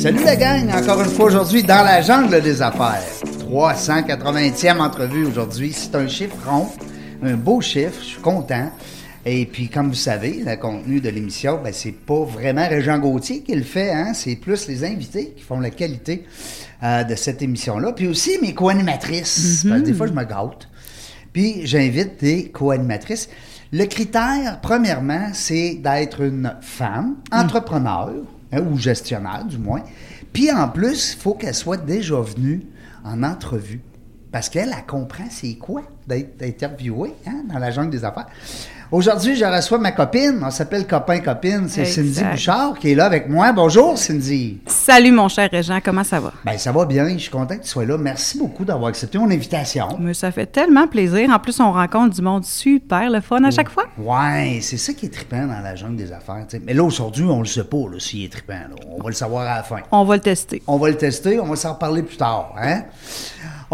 Salut la gang, encore une fois aujourd'hui dans la jungle des affaires. 380e entrevue aujourd'hui, c'est un chiffre rond, un beau chiffre, je suis content. Et puis comme vous savez, le contenu de l'émission, ben, c'est pas vraiment Régent Gauthier qui le fait, hein? c'est plus les invités qui font la qualité euh, de cette émission-là. Puis aussi mes co-animatrices, parce que des fois je me gâte. Puis j'invite des co-animatrices. Le critère, premièrement, c'est d'être une femme, entrepreneur, hein, ou gestionnaire du moins. Puis en plus, il faut qu'elle soit déjà venue en entrevue. Parce qu'elle, elle comprend c'est quoi d'être interviewée hein, dans la jungle des affaires. Aujourd'hui, je reçois ma copine. On s'appelle copain-copine. C'est Cindy Exact. Bouchard qui est là avec moi. Bonjour, Cindy. Salut mon cher Régent, comment ça va? Ben, ça va bien. Je suis content que tu sois là. Merci beaucoup d'avoir accepté mon invitation. Mais ça fait tellement plaisir. En plus, on rencontre du monde super le fun à chaque fois. Ouais, c'est ça qui est trippant dans la jungle des affaires. tu sais. Mais là, aujourd'hui, on le sait pas là, s'il est trippant. là. On va le savoir à la fin. On va le tester. On va le tester, on va s'en reparler plus tard. Hein?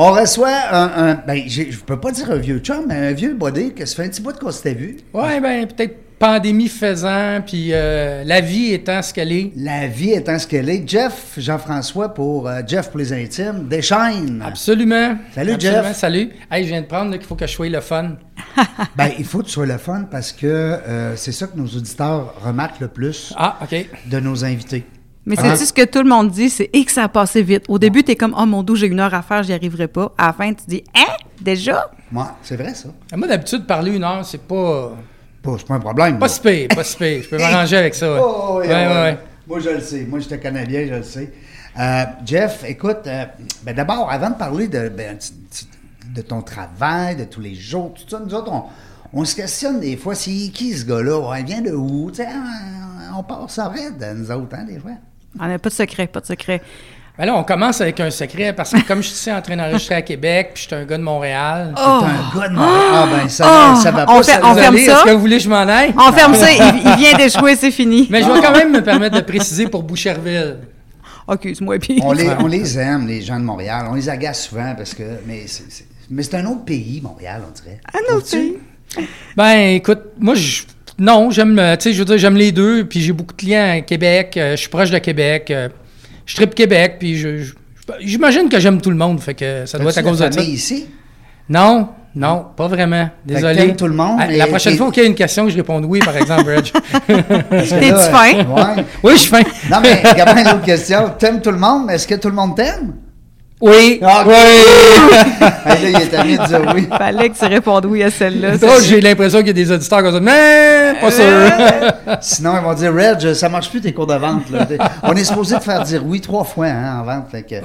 On reçoit un. un- ben, j'ai- je peux pas dire un vieux chum, mais un vieux body que ça fait un petit bout qu'on s'était vu. Ouais, ben peut-être pandémie faisant, puis euh, la vie étant ce qu'elle est. La vie étant ce qu'elle est. Jeff, Jean-François pour euh, Jeff pour les intimes, Deschaîne. Absolument. Salut, Absolument, Jeff. Salut. Hey, je viens de prendre là, qu'il faut que je sois le fun. Ben, il faut que tu sois le fun parce que euh, c'est ça que nos auditeurs remarquent le plus Ah, ok. de nos invités. Mais Ah. sais-tu ce que tout le monde dit? C'est et que ça a passé vite. Au début, t'es comme, oh mon doux, j'ai une heure à faire, j'y arriverai pas. À la fin, tu dis, hein? Déjà? Moi, c'est vrai ça. Ah, Moi d'habitude parler une heure, c'est pas Pas- c'est pas un problème. pas là. si pire, pas si pire. Je peux m'arranger avec ça. ouais. Oh, oui, ouais, oui. ouais, ouais. Moi, je le sais. Moi, je te connais bien, je le sais. Euh, Jeff, écoute, euh, ben, d'abord, avant de parler de, ben, tu- tu- de ton travail, de tous les jours, tout ça, nous autres, on, on se questionne des fois, c'est qui ce gars-là? Ouais, Il vient de où? Tu sais, ah, on part ça raide, nous autres, hein, des fois. On n'a pas de secret, pas de secret. Ben là, on commence avec un secret parce que comme je suis ici en train d'enregistrer à Québec, puis je suis un gars de Montréal. T'es un gars de Montréal. Ah, ben, ça, Ah! va- ça va On pas. fait- ça Oh, on va- ferme Allez, ça? Est-ce que vous voulez que je m'en aille? On ferme ça, il, il vient d'échouer, c'est fini. Mais je vais quand même me permettre de préciser pour Boucherville. Accuse-moi, puis. on, les, on les aime, les gens de Montréal. On les agace souvent parce que. Mais c'est, c'est- mais c'est un autre pays, Montréal, on dirait. Ah non, tu. Ben, écoute, moi, je. Non, j'aime, euh, tu sais, je veux dire, j'aime les deux, puis j'ai beaucoup de clients à Québec, euh, je suis proche de Québec, euh, je tripe Québec, puis je, je- j'imagine que j'aime tout le monde, fait que ça doit être à T'as-tu cause de de ça. famille ici? Non, non, pas vraiment, que désolé. t'aimes tout le monde, Ah, mais La prochaine t'es- fois qu'il y a une question, je réponds oui, par exemple, Reg. T'es-tu fin? Ouais. oui, je suis fin. Non, mais regarde une autre question. T'aimes tout le monde, mais est-ce que tout le monde t'aime? Oui, Ah, ok. oui. Hey, là, il est allé dire oui. Fallait que tu répondes oui à celle-là. Toi, c'est- Oh, j'ai l'impression qu'il y a des auditeurs qui ont dit, mais pas Euh, sûr. Sinon, ils vont dire, Reg, ça marche plus tes cours de vente. là. On est supposé te faire dire oui trois fois hein, en vente. fait que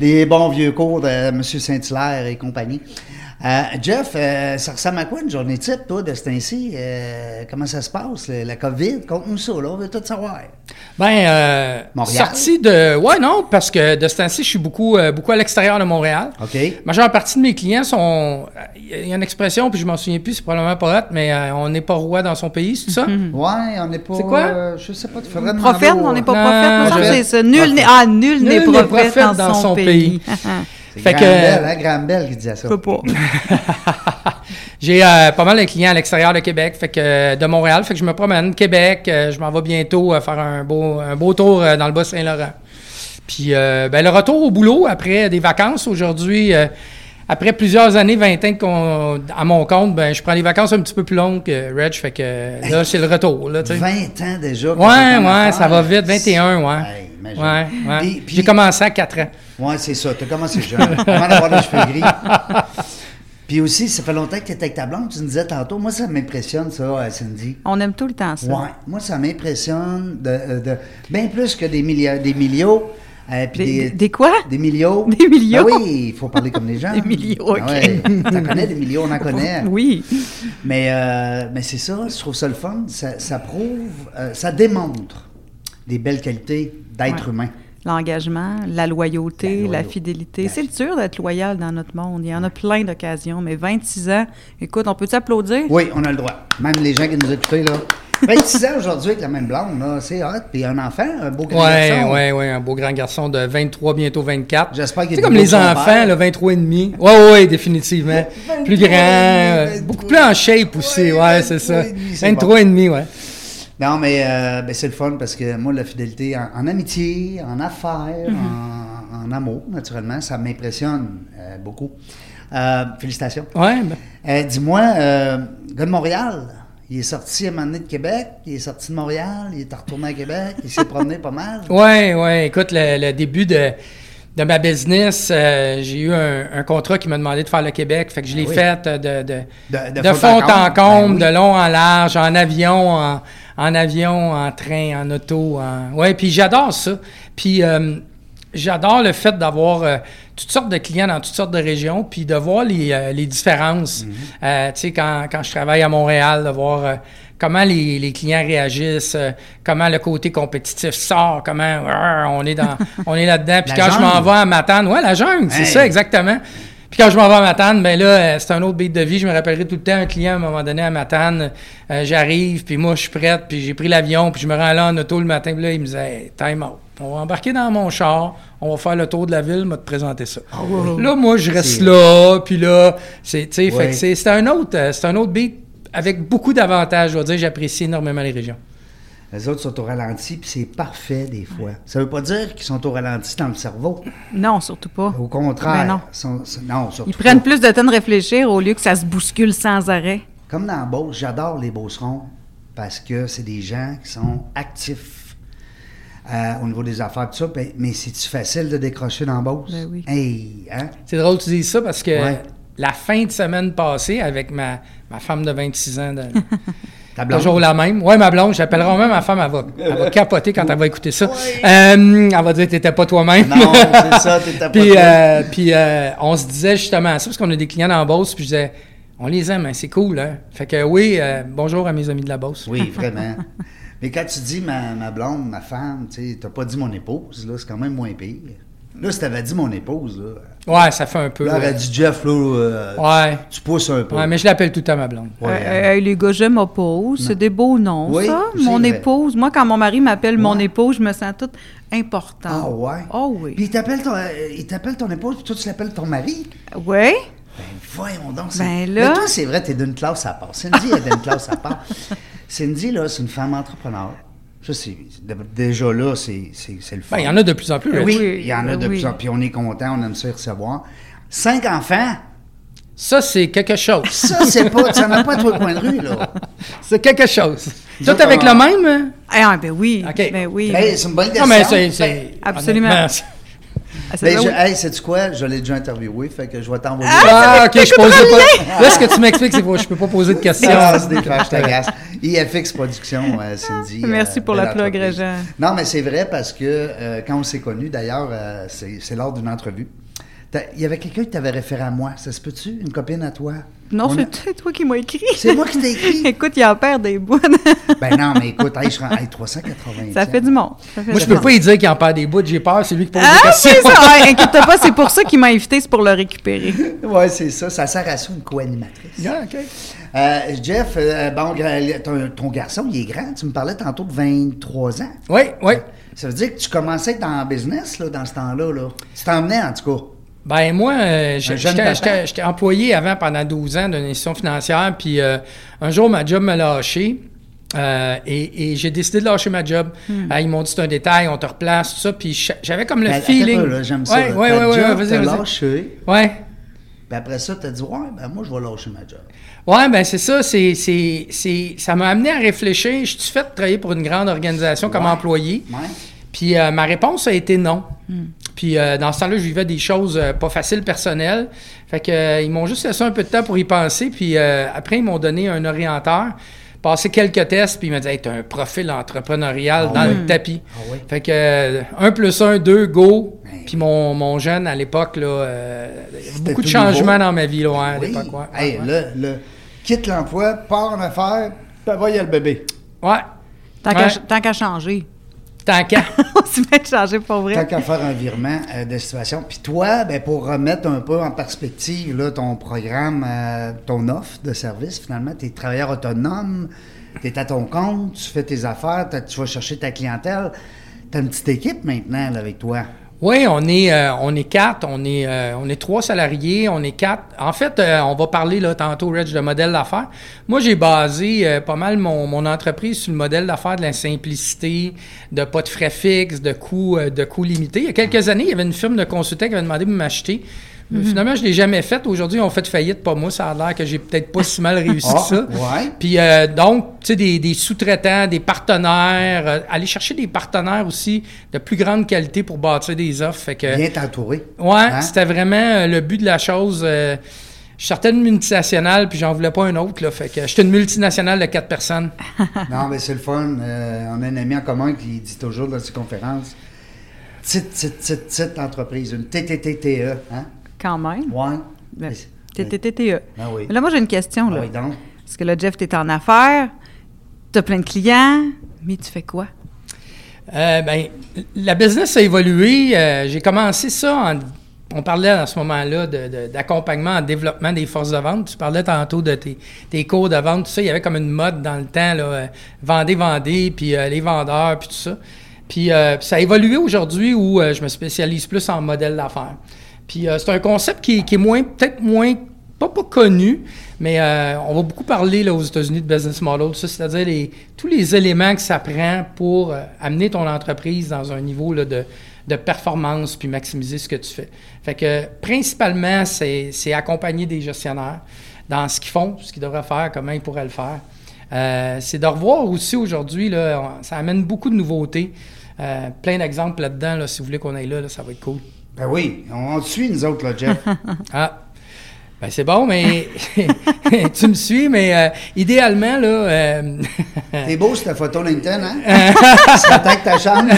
les bons vieux cours de M. Saint-Hilaire et compagnie. Euh, Jeff, euh, ça ressemble à quoi une journée type, toi, de ce temps-ci? Euh, comment ça se passe, le- la COVID? Conte-nous ça, là, on veut tout savoir. Ben, euh, Montréal. sorti de. Ouais, non, parce que de ce temps-ci, je suis beaucoup, euh, beaucoup à l'extérieur de Montréal. OK. La majeure partie de mes clients sont. euh, Il y a une expression, puis je m'en souviens plus, c'est probablement pas hot, mais euh, on n'est pas roi dans son pays, c'est ça? Hmm. Ouais, on n'est pas. C'est quoi? euh, je sais pas, tu ferais demander Prophète, au- on n'est pas Non, prophète, me semble je- que c'est ça. Nul n'est ah, nul n'est prophète, dans, son pays. C'est Fait que- Graham Bell, hein, Graham Bell qui disait ça. Je peux pas. J'ai euh, pas mal de clients à l'extérieur de Québec, fait que euh, de Montréal, fait que je me promène. Québec, euh, je m'en vais bientôt euh, faire un beau, un beau tour euh, dans le Bas-Saint-Laurent. Puis euh, ben, le retour au boulot après des vacances aujourd'hui, euh, après plusieurs années, 20 ans qu'on, à mon compte, ben, je prends des vacances un petit peu plus longues que Reg, fait que euh, là, c'est le retour. Là, tu sais. 20 ans déjà. que Ouais, t'es en ouais, affaires. ça va vite, 21, ouais. Ouais, Ouais, imagine. ouais. Puis- puis- J'ai commencé à 4 ans. Ouais, c'est ça. T'as commencé jeune. Avant d'avoir les cheveux gris. Puis aussi, ça fait longtemps que t'étais avec ta blonde. Tu me disais tantôt, moi, ça m'impressionne, ça, euh, Cindy. On aime tout le temps ça. Ouais. Moi, ça m'impressionne de, euh, de- bien plus que des milliards, des millions. Euh, puis Des- des quoi? Des millions. Des millions? Ah oui, il faut parler comme les gens. Des millions, OK. Ah ouais, T'en connais des millions, on en connaît. Oui. Mais, euh, mais c'est ça, je trouve ça le fun. Ça, ça prouve, euh, ça démontre des belles qualités d'être Ouais. humain. L'engagement, la La loyauté, la, loyau- fidélité. la- C'est dur d'être loyal dans notre monde. Il y en a plein d'occasions, mais 26 ans, écoute, on peut-tu applaudir? Oui, on a le droit. Même les gens qui nous écoutaient, là. 26 ans aujourd'hui avec la même blonde, là, c'est hot. Puis un enfant, un beau grand Ouais, garçon. ouais, ouais, un beau grand garçon de 23, bientôt 24. J'espère qu'il est C'est comme plus les beau que son enfants, père. là, 23 et demi. Ouais, ouais, définitivement. 23 plus grand, euh, 23. beaucoup plus en shape aussi, Ouais, ouais, c'est ça. 23 et demi, c'est 23 et demi, ouais. Non, mais euh, ben, c'est le fun parce que moi, la fidélité en, en amitié, en affaires, Mhm. en, en amour, naturellement, ça m'impressionne euh, beaucoup. Euh, félicitations. Ouais, ben, Euh, Dis-moi, euh, gars de Montréal, il est sorti à un moment donné de Québec, il est sorti de Montréal, il est retourné à Québec, il s'est promené pas mal. Ouais, ouais. Écoute, le, le début de, de ma business, euh, j'ai eu un, un contrat qui m'a demandé de faire le Québec. Fait que je l'ai Ben oui. fait euh, de, de, De- de fond en comble, Ben oui. de long en large, en avion, en, en avion, en train, en auto. En... Ouais, puis j'adore ça. Puis euh, j'adore le fait d'avoir euh, toutes sortes de clients dans toutes sortes de régions, puis de voir les, euh, les différences. Mm-hmm. Euh, tu sais, quand, quand je travaille à Montréal, de voir... euh, comment les, les clients réagissent, euh, comment le côté compétitif sort, comment euh, on est dans on est là-dedans. Puis La quand je m'en jungle. vais à Matane, ouais, la jungle, c'est Hey. ça exactement. Puis quand je m'en vais à Matane, ben là, euh, c'est un autre beat de vie. Je me rappellerai tout le temps un client à un moment donné à Matane, euh, j'arrive, puis moi je suis prête, puis j'ai pris l'avion, puis je me rends là en auto le matin, puis là il me disait hey, time out. On va embarquer dans mon char, on va faire le tour de la ville, m'a te présenter ça. Là, moi, je reste Ah, C'est- là, puis là, c'est, tu sais, fait Ouais. que c'est, c'est un autre, euh, c'est un autre beat avec beaucoup d'avantages. Je dois dire, j'apprécie énormément les régions. Les autres sont au ralenti, puis c'est parfait des fois. Ça veut pas dire qu'ils sont au ralenti dans le cerveau. Non, surtout pas. Au contraire. Ben non. sont- sont- non, surtout Ils prennent pas. plus de temps de réfléchir au lieu que ça se bouscule sans arrêt. Comme dans la Beauce, j'adore les Beaucerons parce que c'est des gens qui sont actifs euh, au niveau des affaires, tout ça. ben- mais c'est-tu facile de décrocher dans la Beauce? Ben oui. Hey, hein? C'est drôle que tu dises ça parce que Ouais. la fin de semaine passée, avec ma, ma femme de 26 ans, de, Ta blonde? toujours la même. Ouais, ma blonde, j'appellerai même ma femme, elle va, elle va capoter quand elle va écouter ça. Euh, elle va dire, t'étais pas toi-même. Non, c'est ça, t'étais pas Puis, toi. euh, puis euh, on se disait justement ça, parce qu'on a des clients dans la Beauce, puis je disais, on les aime, hein, c'est cool. Hein. Fait que oui, euh, bonjour à mes amis de la Beauce. Oui, vraiment. Mais quand tu dis ma, ma blonde, ma femme, tu sais, t'as pas dit mon épouse, là, c'est quand même moins pire. Là, si t'avais dit mon épouse, là, Ouais, ça fait un peu. là, elle aurait ouais. dit Jeff, là, euh, Ouais. tu pousses un peu. Ah. Ouais, mais je l'appelle tout le temps ma blonde. Ouais, hein. Euh, euh, les gars, je m'oppose. C'est des beaux noms, Oui, ça. c'est Mon vrai. épouse. Moi, quand mon mari m'appelle mon Ouais. épouse, je me sens toute importante. Ah ouais? Oh oui. Puis il t'appelle ton, euh, il t'appelle ton épouse, puis toi tu l'appelles ton mari? Oui? Ben voyons donc. c'est- Ben là- Mais toi c'est vrai, t'es d'une classe à part. Cindy elle est d'une classe à part. Cindy là, c'est une femme entrepreneur. Ça c'est déjà là, c'est, c'est, c'est le fun. Ben, il y en a de plus en plus. là. Eh Oui, Oui, il y en a de oui. plus en plus. Puis on est content, on aime ça y recevoir. Cinq enfants, Ça, c'est quelque chose. ça c'est pas, ça n'a pas trois coins de rue là. C'est quelque chose. Nous Tout autres, avec on- le même? hein? Ah, ben oui. OK. Ben oui. Ben, c'est une bonne question. Non, mais c'est. c'est- Absolument. honnêtement, c'est- Ah, c'est Ben, vrai, je- oui. hey, sais-tu quoi? Je l'ai déjà interviewé, fait que je vais t'envoyer. Ah, ok, je pose pas. Là, ce que tu m'expliques, c'est que je peux pas poser de questions. Ah, c'est des fâches, je t'agace. IFX Productions, euh, Cindy. Ah, Merci pour belle la plug, entreprise. Réjean. Non, mais c'est vrai parce que euh, quand on s'est connus, d'ailleurs, euh, c'est c'est lors d'une entrevue. T'as- Il y avait quelqu'un qui t'avait référé à moi. Ça se peut-tu? Une copine à toi? Non, On a- c'est toi qui m'as écrit. C'est moi qui t'ai écrit. Écoute, il en perd des bouts. Ben non, mais écoute, hey, je rends hey, 380. ça fait du monde. Ça fait Moi, du je peux monde. pas y dire qu'il en perd des bouts, j'ai peur, c'est lui qui pose des Ah, c'est questions. ça! Ouais, inquiète pas, c'est pour ça qu'il m'a invité, c'est pour le récupérer. Ouais, c'est ça. Ça sert à ça, une co-animatrice. Ah, ok. Euh, Jeff, euh, bon, gra- ton, ton garçon, il est grand. Tu me parlais tantôt de 23 ans. Oui, oui. Ça veut dire que tu commençais à être en business là, dans ce temps-là. Là. Tu t'emmenais, en tout cas. Ben moi, euh, j'ai- Un jeune j'étais papa. j'étais- j'étais employé avant pendant 12 ans d'une institution financière, puis euh, un jour, ma job m'a lâché. euh, et et j'ai décidé de lâcher ma job. Euh, ils m'ont dit c'est un détail, on te replace, tout ça. Puis j'a- j'avais comme le Ben, attends feeling. un peu, là, J'aime ça. Ouais, là. ouais, Ta ouais, ouais, job, vas-y, t'as vas-y. lâché. Ouais. Puis après ça, t'as dit, ouais, ben moi, je vais lâcher ma job. Ouais, ben c'est ça, c'est, c'est, c'est- ça m'a amené à réfléchir. Je suis fait de travailler pour une grande organisation comme Ouais. employé. Ouais. Hmm. Puis euh, ma réponse a été non. Puis euh, dans ce temps-là, je vivais des choses euh, pas faciles personnelles. Fait que euh, ils m'ont juste laissé un peu de temps pour y penser. Puis euh, après, ils m'ont donné un orienteur. passé quelques tests, puis il m'a dit Hey, t'as un profil entrepreneurial dans le tapis. Ah oui. Ben Fait que euh, 1 plus 1, 2, go. Puis mon, mon jeune, à l'époque, là, euh, il y avait beaucoup de tout changements nouveau. dans ma vie, là, hein, à Oui. l'époque. ouais. Hey, Ouais, là, là, quitte l'emploi, part en affaires, puis va, il y a le bébé. Ouais. Tant Ouais. qu'à ch- tant qu'à changer. Tant qu'à. On s'est bien changé pour vrai. Tant qu'à faire un virement euh, de situation. Puis toi, ben, pour remettre un peu en perspective là, ton programme, euh, ton offre de service, finalement, tu es travailleur autonome, tu es à ton compte, tu fais tes affaires, t'as- tu vas chercher ta clientèle. Tu une petite équipe maintenant là, avec toi. Oui, on est euh, on est quatre, on est euh, on est trois salariés, on est quatre. En fait, euh, on va parler là tantôt Reg de modèle d'affaires. Moi, j'ai basé euh, pas mal mon, mon entreprise sur le modèle d'affaires de la simplicité, de pas de frais fixes, de coûts euh, de coûts limités. Il y a quelques années, il y avait une firme de consultants qui avait demandé de m'acheter. Mm-hmm. Finalement, je l'ai jamais fait. Aujourd'hui, on fait faillite, pas moi. Ça a l'air que j'ai peut-être pas si mal réussi Ah, que ça. ouais. Puis euh, donc, tu sais, des, des sous-traitants, des partenaires, euh, aller chercher des partenaires aussi de plus grande qualité pour bâtir des offres. Fait que, Bien t'entourer. ouais, Hein? c'était vraiment euh, le but de la chose. euh, je sortais d'une multinationale, puis j'en voulais pas un autre. Là, fait que j'étais une multinationale de quatre personnes. Non, mais c'est le fun. Euh, on a un ami en commun qui dit toujours dans ses conférences petite, petite, petite, petite entreprise, une TTTTE. Hein? Quand même. Ouais. Ben, Mais- TTTTE. Ah oui. E. Mais là, moi, j'ai une question. Ah Là. oui, donc. Parce que là, Jeff, t'es en affaires, t'as plein de clients, mais tu fais quoi? Euh, ben, la business a évolué. Euh, j'ai commencé ça en. On parlait à ce moment-là de- de- d'accompagnement en développement des forces de vente. Tu parlais tantôt de tes, tes cours de vente, tout ça. Il y avait comme une mode dans le temps, là, euh, vendez, vendez, puis euh, les vendeurs, puis tout ça. Puis euh, ça a évolué aujourd'hui où euh, je me spécialise plus en modèle d'affaires. Puis euh, c'est un concept qui, qui est moins, peut-être moins pas, pas connu, mais euh, on va beaucoup parler là, aux États-Unis de business model, tout ça, c'est-à-dire les- tous les éléments que ça prend pour euh, amener ton entreprise dans un niveau là, de, de performance puis maximiser ce que tu fais. Fait que euh, principalement, c'est c'est accompagner des gestionnaires dans ce qu'ils font, ce qu'ils devraient faire, comment ils pourraient le faire. Euh, c'est de revoir aussi aujourd'hui, là, on- ça amène beaucoup de nouveautés. Euh, plein d'exemples là-dedans, là, si vous voulez qu'on aille là, là, ça va être cool. Ben oui, on te suit, nous autres, là, Jeff. Ah. Ben c'est bon, mais tu me suis, mais euh, idéalement, là, euh, T'es beau, cette photo LinkedIn, hein? C'est attaque ta chambre.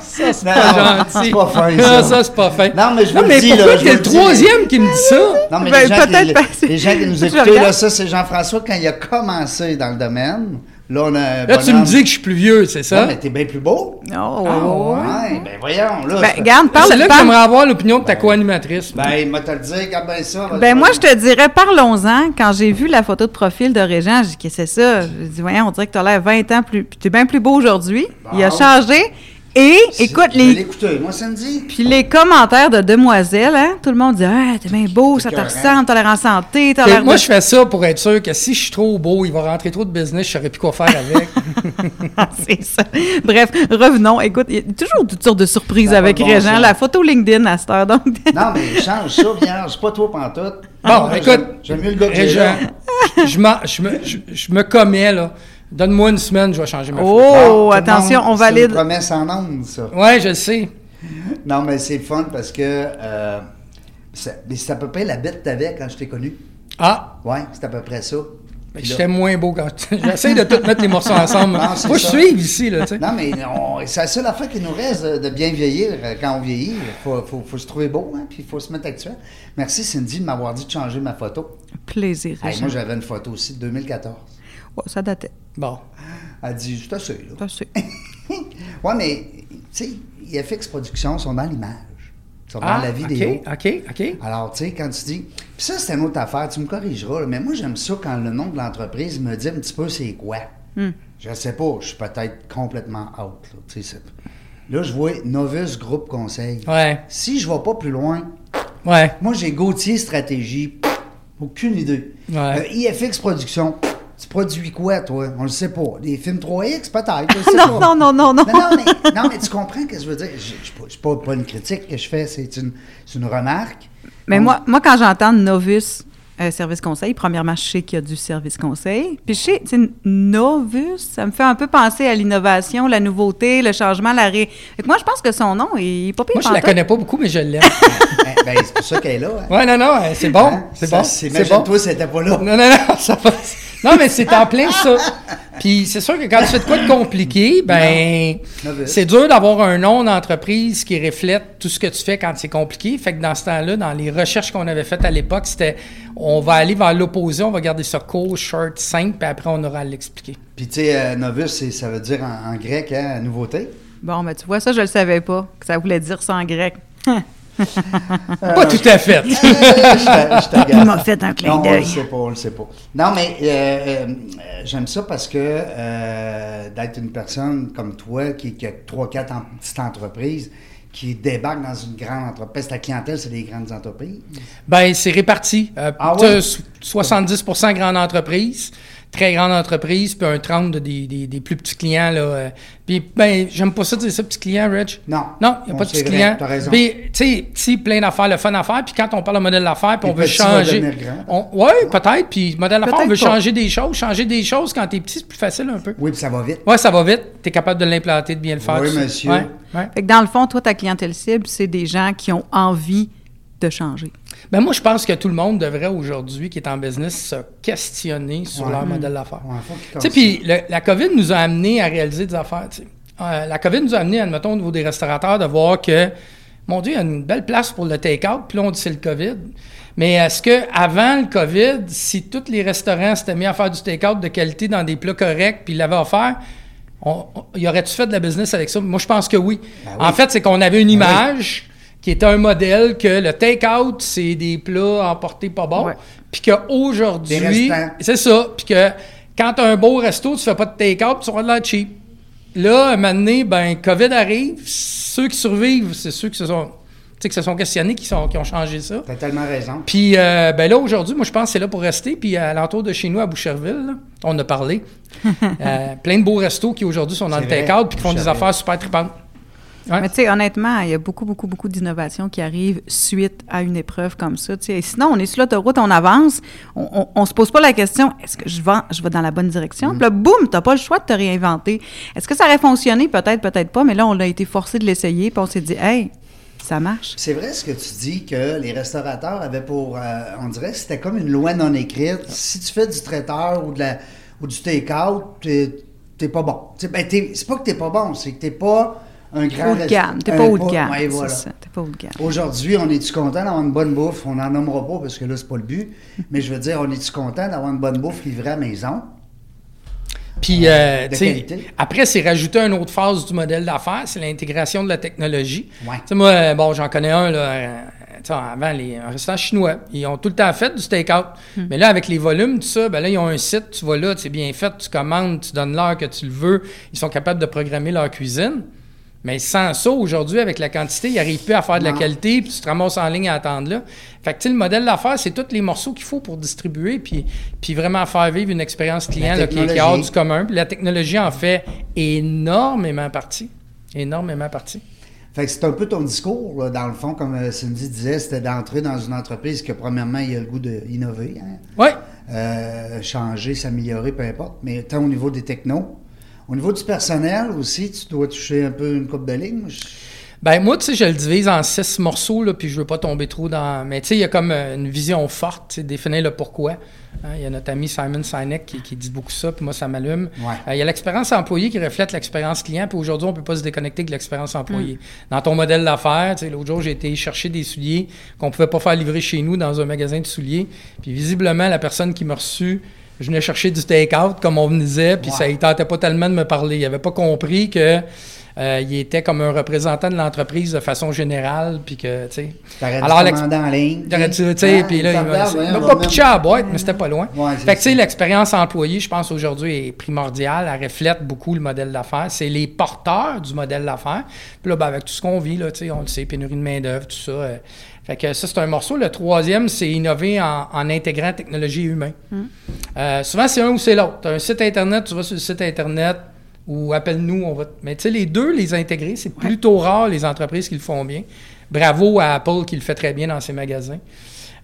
ça, c'est Non, pas gentil. c'est pas fin, ça. Ah, ça, c'est pas fin. Non, mais je vous le dis, pourquoi là, je t'es vous le le dis. troisième qui me dit ça? Non, mais Ben, les, gens qui, peut-être parce- les gens qui nous Je écoutent, regarde. là, ça, c'est Jean-François quand il a commencé dans le domaine. Là, on a un Là, tu bonhomme- me dis que je suis plus vieux, c'est Ouais, ça? Ah, mais t'es bien plus beau. Oh, Ah, Ouais, ben voyons, là. Ben, c'est- regarde, parle, c'est là que parle- j'aimerais avoir l'opinion de ta co-animatrice. Ben, il m'a te le dit, regarde bien ça. Ben moi, je te dirais, parlons-en. Quand j'ai vu la photo de profil de Régent, j'ai dit, qu'est-ce que c'est ça? J'ai dit, voyons, on dirait que t'as l'air 20 ans plus... Puis t'es bien plus beau aujourd'hui. Il a Bon. changé. Et, écoute, les... Écoutez, moi, ça me dit. Puis les commentaires de demoiselles, hein, tout le monde dit « Ah, t'es bien beau, ça te écœurant. ressemble, t'as l'air en santé, t'as Fait que l'air... de- moi, je fais ça pour être sûr que si je suis trop beau, il va rentrer trop de business, je saurais plus quoi faire avec. Ah, c'est ça. Bref, revenons. Écoute, il y a toujours toutes sortes de surprises Ça a avec pas de bon Régent. sens. la photo LinkedIn à cette heure, donc... Non, mais change ça, vierge, c'est pas toi pantoute. Bon, Moi, écoute, j'aime- J'aime mieux le gars que j'ai Et je, là. je, m'en- je me, je, je me commets, là. Donne-moi une semaine, je vais changer ma photo. Oh, Bon, tout le monde, attention, on C'est une valide. promesse en ondes, ça. Ouais, je le sais. Non, mais c'est fun parce que euh, c'est mais c'est à peu près la bête que t'avais quand je t'ai connu. Ah, Ouais, c'est à peu près ça. Puis là- Ben, j'étais moins beau quand. J'essaie de tout mettre les morceaux ensemble. hein. Non, c'est Faut que je ça. suive ici, là, tu sais. Non, mais on- c'est la seule affaire qui nous reste euh, de bien vieillir euh, quand on vieillit. Il faut, faut- faut se trouver beau, hein, puis il faut se mettre actuel. Merci Cindy de m'avoir dit de changer ma photo. Plaisir, Hey, Régent. moi, j'avais une photo aussi de 2014. Oh, ça datait. Bon. Elle dit, je assez, là. Ça, c'est- Ouais, mais, tu sais, IFX Productions sont dans l'image. Ils sont dans la vidéo. Ah, OK, OK, OK. Alors, tu sais, quand tu dis. Puis ça, c'est une autre affaire, tu me corrigeras, là, mais moi, j'aime ça quand le nom de l'entreprise me dit un petit peu c'est quoi. Hmm. Je sais pas, je suis peut-être complètement out. Là, tu sais, c'est- là je vois Novus Groupe Conseil. Ouais, Si je vais pas plus loin, ouais. moi, j'ai Gauthier Stratégie. Aucune idée. Ouais. Euh, IFX Production. Tu produis quoi, toi? On le sait pas. Des films 3X, peut-être. je le sais Non, pas. non, non, non, non. Mais non, mais, non, mais tu comprends ce que je veux dire. Je je- je- c'est pas, pas une critique que je fais, c'est une, c'est une remarque. Mais Donc, moi, moi, quand j'entends novice euh, service conseil, premièrement, je sais qu'il y a du service conseil. Puis je sais, tu sais, novice, ça me fait un peu penser à l'innovation, la nouveauté, le changement, la ré... Fait que moi, je pense que son nom, il est pas pire Moi, je la pantoute. connais pas beaucoup, mais je l'aime. ben, ben, c'est pour ça qu'elle est là. hein. Ouais, non, non, euh, c'est bon. C'est Ça, bon. C'est C'est bon. Imagine-toi, c'était pas là. Non, non, non, ça va. Non, mais c'est en plein ça. Puis c'est sûr que quand tu fais de quoi de compliqué, ben Non. c'est dur d'avoir un nom d'entreprise qui reflète tout ce que tu fais quand c'est compliqué. Fait que dans ce temps-là, dans les recherches qu'on avait faites à l'époque, c'était on va aller vers l'opposé, on va garder ça court, short, simple, puis après on aura à l'expliquer. Puis, tu sais, euh, novice, c'est- ça veut dire en, en grec, hein, nouveauté. Bon, ben tu vois, ça, je le savais pas, que ça voulait dire ça en grec. Pas tout à fait. Euh, je te- je te Il garde. m'a fait un clin Non, on le d'œil. sait pas, on le sait pas. Non, mais euh, euh, euh, j'aime ça parce que euh, d'être une personne comme toi qui, qui a trois, quatre en- petites entreprises, qui débarque dans une grande entreprise, ta clientèle, c'est des grandes entreprises. Ben, c'est réparti. Euh, Ah tu sais, oui? so- 70 grandes entreprises, très grandes entreprises, puis un 30 de des, des- des plus petits clients. Là, euh. Puis, ben, j'aime pas ça dire ça, petits clients, Rich. Non. Non, il n'y Bon, a pas de c'est petits vrai, clients. t'as raison. Puis, tu sais, petit, plein d'affaires, le fun d'affaires. Puis quand on parle de modèle d'affaires, puis Les on veut petits vont changer. devenir grands. Oui, peut-être. Puis modèle d'affaires, on veut Peut-être pas. changer des choses. Changer des choses quand t'es petit, c'est plus facile un peu. Oui, puis ça va vite. Ouais, ça va vite. T'es capable de l'implanter, de bien le faire. Oui, tout ça. monsieur. Ouais, ouais. Fait que dans le fond, toi, ta clientèle cible, c'est des gens qui ont envie de changer. Ben moi, je pense que tout le monde devrait aujourd'hui, qui est en business, se questionner sur Ouais. Hmm. leur modèle d'affaires. Ouais, faut qu'ils Tu sais, puis le- la COVID nous a amené à réaliser des affaires. tu sais. Euh, la COVID nous a amené, admettons, au niveau des restaurateurs, de voir que, mon Dieu, il y a une belle place pour le take-out, puis là, on dit c'est le COVID. Mais est-ce que avant le COVID, si tous les restaurants s'étaient mis à faire du take-out de qualité dans des plats corrects, puis ils l'avaient offert, on, on- y aurait-tu fait de la business avec ça? Moi, je pense que oui. Ben oui. En fait, c'est qu'on avait une image qui était un modèle que le take-out, c'est des plats emportés pas bons, Ouais. puis qu'aujourd'hui, Des restants. c'est ça. Puis que quand t'as un beau resto, tu fais pas de take-out, tu auras de la cheap. Là, un moment donné, ben, COVID arrive. Ceux qui survivent, c'est ceux qui se sont, tu sais, qui se sont questionnés, qui, sont, qui ont changé ça. T'as tellement raison. Puis euh, ben là, aujourd'hui, moi, je pense que c'est là pour rester. Puis à l'entour de chez nous, à Boucherville, là, on en a parlé. Euh, plein de beaux restos qui aujourd'hui sont dans C'est le vrai, take-out puis qui font des Boucherville. affaires super tripantes. Ouais. Mais tu sais, honnêtement, il y a beaucoup, beaucoup, beaucoup d'innovations qui arrivent suite à une épreuve comme ça. tu sais. Et sinon, on est sur l'autoroute, on avance, on, on, on se pose pas la question est-ce que je vends, je vais dans la bonne direction Puis là, boum, t'as pas le choix de te réinventer. Est-ce que ça aurait fonctionné Peut-être, peut-être pas. Mais là, on a été forcé de l'essayer, puis on s'est dit hey, ça marche. C'est vrai ce que tu dis que les restaurateurs avaient pour. euh, on dirait que c'était comme une loi non Ah. écrite. Si tu fais du traiteur ou, de la, ou du take-out, t'es t'es pas bon. Tu sais, ben, t'es- c'est pas que t'es pas bon, c'est que t'es pas un grand. Haut de gamme. T'es un pas haut de pas- gamme. ouais, c'est voilà. ça, T'es pas haut de gamme. Aujourd'hui, on est-tu content d'avoir une bonne bouffe? On n'en nommera pas parce que là, c'est pas le but. Mais je veux dire, on est-tu content d'avoir une bonne bouffe livrée à maison? Puis, euh, de tu sais, qualité. après, c'est rajouter une autre phase du modèle d'affaires, c'est l'intégration de la technologie. Ouais. Tu sais, moi, euh, bon, j'en connais un, là, euh, tu sais, avant, les, un restaurant chinois, ils ont tout le temps fait du take-out. Mais là, avec les volumes, tout ça, ben là, ils ont un site, tu vas là, c'est bien fait, tu commandes, tu donnes l'heure que tu le veux. Ils sont capables de programmer leur cuisine. Mais sans ça, aujourd'hui, avec la quantité, ils n'arrivent plus à faire de la Non. qualité, puis tu te ramasses en ligne à attendre là. Fait que, tu sais, le modèle d'affaires, c'est tous les morceaux qu'il faut pour distribuer, puis, puis vraiment faire vivre une expérience client là, qui est technologie. hors du commun. Puis la technologie en fait énormément partie. Énormément partie. Fait que c'est un peu ton discours, là, dans le fond, comme euh, Cindy disait, c'était d'entrer dans une entreprise que, premièrement, il a le goût d'innover. Hein? Oui, euh, changer, s'améliorer, peu importe, mais tant au niveau des technos. Au niveau du personnel aussi, tu dois toucher un peu une coupe de ligne. Je- Ben moi, tu sais, je le divise en six morceaux, là, puis je veux pas tomber trop dans. Mais tu sais, il y a comme euh, une vision forte, tu sais, définir le pourquoi. Hein, Il y a notre ami Simon Sinek qui, qui dit beaucoup ça, puis moi, ça m'allume. Euh, Il Ouais. y a l'expérience employée qui reflète l'expérience client, puis aujourd'hui, on peut pas se déconnecter de l'expérience employée. Hmm. Dans ton modèle d'affaires, tu sais, l'autre jour, j'ai été chercher des souliers qu'on pouvait pas faire livrer chez nous dans un magasin de souliers, puis visiblement, la personne qui m'a reçu. Je venais chercher du take-out, comme on me disait, puis Ouais. ça, il tentait pas tellement de me parler. Il avait pas compris que euh, il était comme un représentant de l'entreprise de façon générale, puis que, tu sais. T'aurais dû l'ex- commander en ligne. T'aurais dû, tu sais, Ah, puis là, il m'a regarde, il voyons, m'a on pas va pitché à la boîte, mais c'était pas loin. Ouais, c'est fait que, tu sais, ça. l'expérience employée, je pense, aujourd'hui, est primordiale. Elle reflète beaucoup le modèle d'affaires. C'est les porteurs du modèle d'affaires. Puis là, ben, avec tout ce qu'on vit, là, tu sais, on le sait, pénurie de main-d'œuvre, tout ça. euh, fait que ça, c'est un morceau. Le troisième, c'est innover en, en intégrant technologie et humain. Euh, souvent, c'est un ou c'est l'autre. T'as un site Internet, tu vas sur le site Internet ou appelle-nous, on va. te- Mais tu sais, les deux, les intégrer, c'est plutôt rare les entreprises qui le font bien. Bravo à Apple qui le fait très bien dans ses magasins.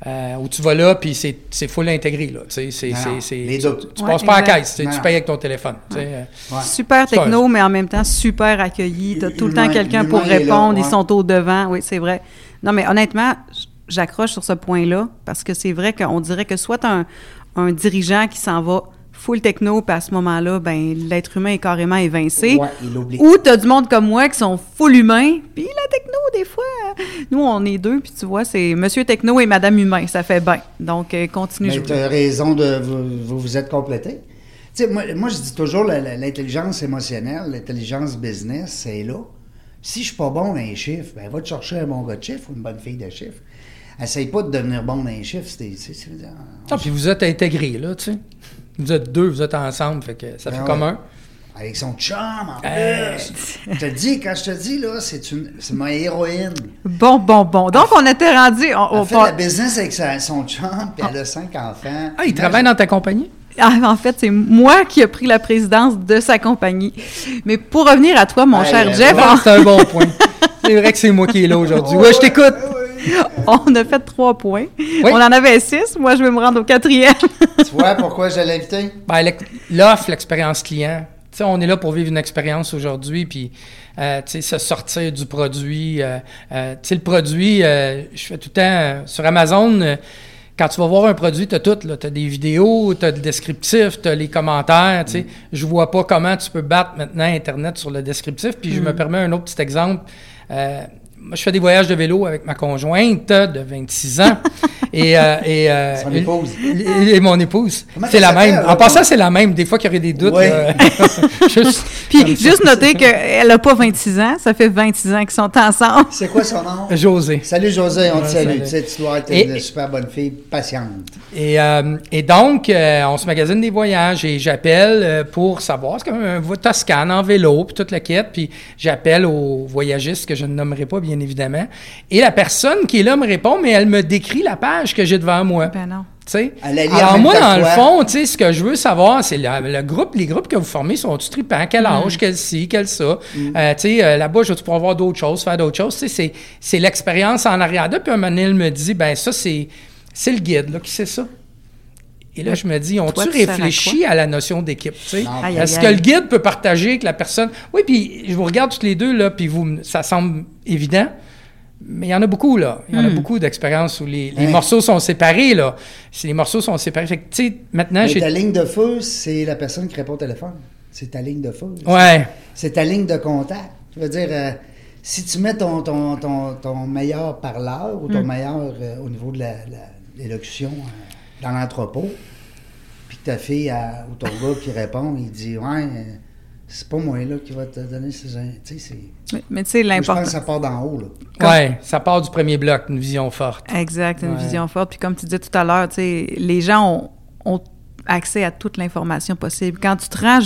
Euh, où tu vas là, puis c'est, c'est full intégré. Là. Tu sais, c'est, Non, non, c'est- c'est- les tu, deux. tu Ouais, passes pas à la exact. caisse, tu sais, Non, tu non. payes avec ton téléphone. tu sais, euh. Ouais. Super C'est un- techno, mais en même temps super accueilli. T'as tout le temps L'humain- quelqu'un pour l'humain est là, répondre. Ils ouais. sont au devant. Oui, c'est vrai. Non, mais honnêtement, j- j'accroche sur ce point-là parce que c'est vrai qu'on dirait que soit t'as un, un dirigeant qui s'en va full techno, puis à ce moment-là, ben l'être humain est carrément évincé. Ouais, il oublie. Ou t'as du monde comme moi qui sont full humains, puis la techno, des fois, euh, nous, on est deux, puis tu vois, c'est Monsieur Techno et Madame Humain, ça fait bien. Donc, euh, continue. Mais je- tu as raison de vous vous, vous êtes complété. Tu sais, moi, moi, je dis toujours la- la- l'intelligence émotionnelle, l'intelligence business, c'est là. Si je suis pas bon dans les chiffres, ben va te chercher un bon gars de chiffres ou une bonne fille de chiffres. Essaye pas de devenir bon dans les chiffres. c'est- c'est- c'est- Ah, puis vous êtes intégrés, là, tu sais. Vous êtes deux, vous êtes ensemble, fait que ça Ben fait ouais. comme un. Avec son chum, en plus. Hey. Je te dis, quand je te dis, là, c'est une, c'est ma héroïne. Bon, bon, bon. Donc, on était rendu. On, Elle on fait par- la business avec sa- son chum, puis elle a cinq enfants. Ah, il travaille dans ta compagnie? Ah, en fait, c'est moi qui ai pris la présidence de sa compagnie. Mais pour revenir à toi, mon Hey, cher elle Jeff, Ah, c'est un bon point. C'est vrai que c'est moi qui est là aujourd'hui. Ouais, je t'écoute. on, on a fait trois points. Oui. On en avait six. Moi, je vais me rendre au quatrième. Tu vois pourquoi je l'ai invité? Ben, l'ex- l'offre, l'expérience client. Tu sais, on est là pour vivre une expérience aujourd'hui, puis euh, tu sais, se sortir du produit. euh, euh, tu sais, le produit, euh, je fais tout le temps euh, sur Amazon. euh, quand tu vas voir un produit, tu as tout. Tu as des vidéos, tu as le descriptif, tu as les commentaires. tu sais. Mm. Je vois pas comment tu peux battre maintenant Internet sur le descriptif. Puis je me Mm. permets un autre petit exemple. Euh, moi, je fais des voyages de vélo avec ma conjointe de 26 ans. et, euh, et, euh, Son épouse. et- et mon épouse. Comment C'est la elle s'appelle, même. là, En passant, c'est la même. Des fois qu'il y aurait des doutes. Ouais. euh, juste- Puis, juste noter qu'elle n'a pas 26 ans. Ça fait 26 ans qu'ils sont ensemble. C'est quoi son nom? José. Salut José, on te Ouais, salue. salut. Tu sais, tu dois être Et- une super bonne fille, patiente. Et, euh, et donc, euh, on se magasine des voyages et j'appelle euh, pour savoir, c'est comme un vo- Toscane en vélo, puis toute la quête, puis j'appelle au voyagiste que je ne nommerai pas, bien évidemment. Et la personne qui est là me répond, mais elle me décrit la page que j'ai devant moi. Ben non. Tu sais. À la lit en Alors même moi, temps dans que le toi. fond, tu sais, ce que je veux savoir, c'est le, le groupe, les groupes que vous formez sont-tu tripants? Quel Mm. âge, quel ci, quel ça? Euh, tu sais, euh, là-bas, je vais pouvoir voir d'autres choses, faire d'autres choses. Tu sais, c'est- c'est l'expérience en arrière d'eux. Puis un moment donné, il me dit, ben ça, c'est c'est le guide, là, qui sait ça? Et là, je me dis, Toi, ont-tu tu sers à réfléchi à, la notion d'équipe? tu sais? Non. Aïe, aïe, Est-ce que aïe. le guide peut partager avec la personne? Oui, puis je vous regarde toutes les deux, là, puis vous, ça semble évident, mais il y en a beaucoup, là. Il y en Mm. a beaucoup d'expériences où les, les Hein. morceaux sont séparés, là. Si les morceaux sont séparés, fait que, tu sais, maintenant, Mais j'ai... ta ligne de feu, c'est la personne qui répond au téléphone. C'est ta ligne de feu. Ouais, C'est ta ligne de contact. Je veux dire, euh, si tu mets ton, ton, ton, ton meilleur parleur ou ton meilleur euh, au niveau de la- la- l'élocution euh, dans l'entrepôt, puis que ta fille euh, ou ton gars qui répond, il dit Ouais, euh, c'est pas moi là qui va te donner ces. Tu sais, c'est. Moi, Mais- Mais tu sais, Je pense l'important. que ça part d'en haut, là. Comme- ouais, ça part du premier bloc, une vision forte. Exact, une Ouais. vision forte. Puis comme tu disais tout à l'heure, tu sais, les gens ont, ont accès à toute l'information possible. Quand tu te rends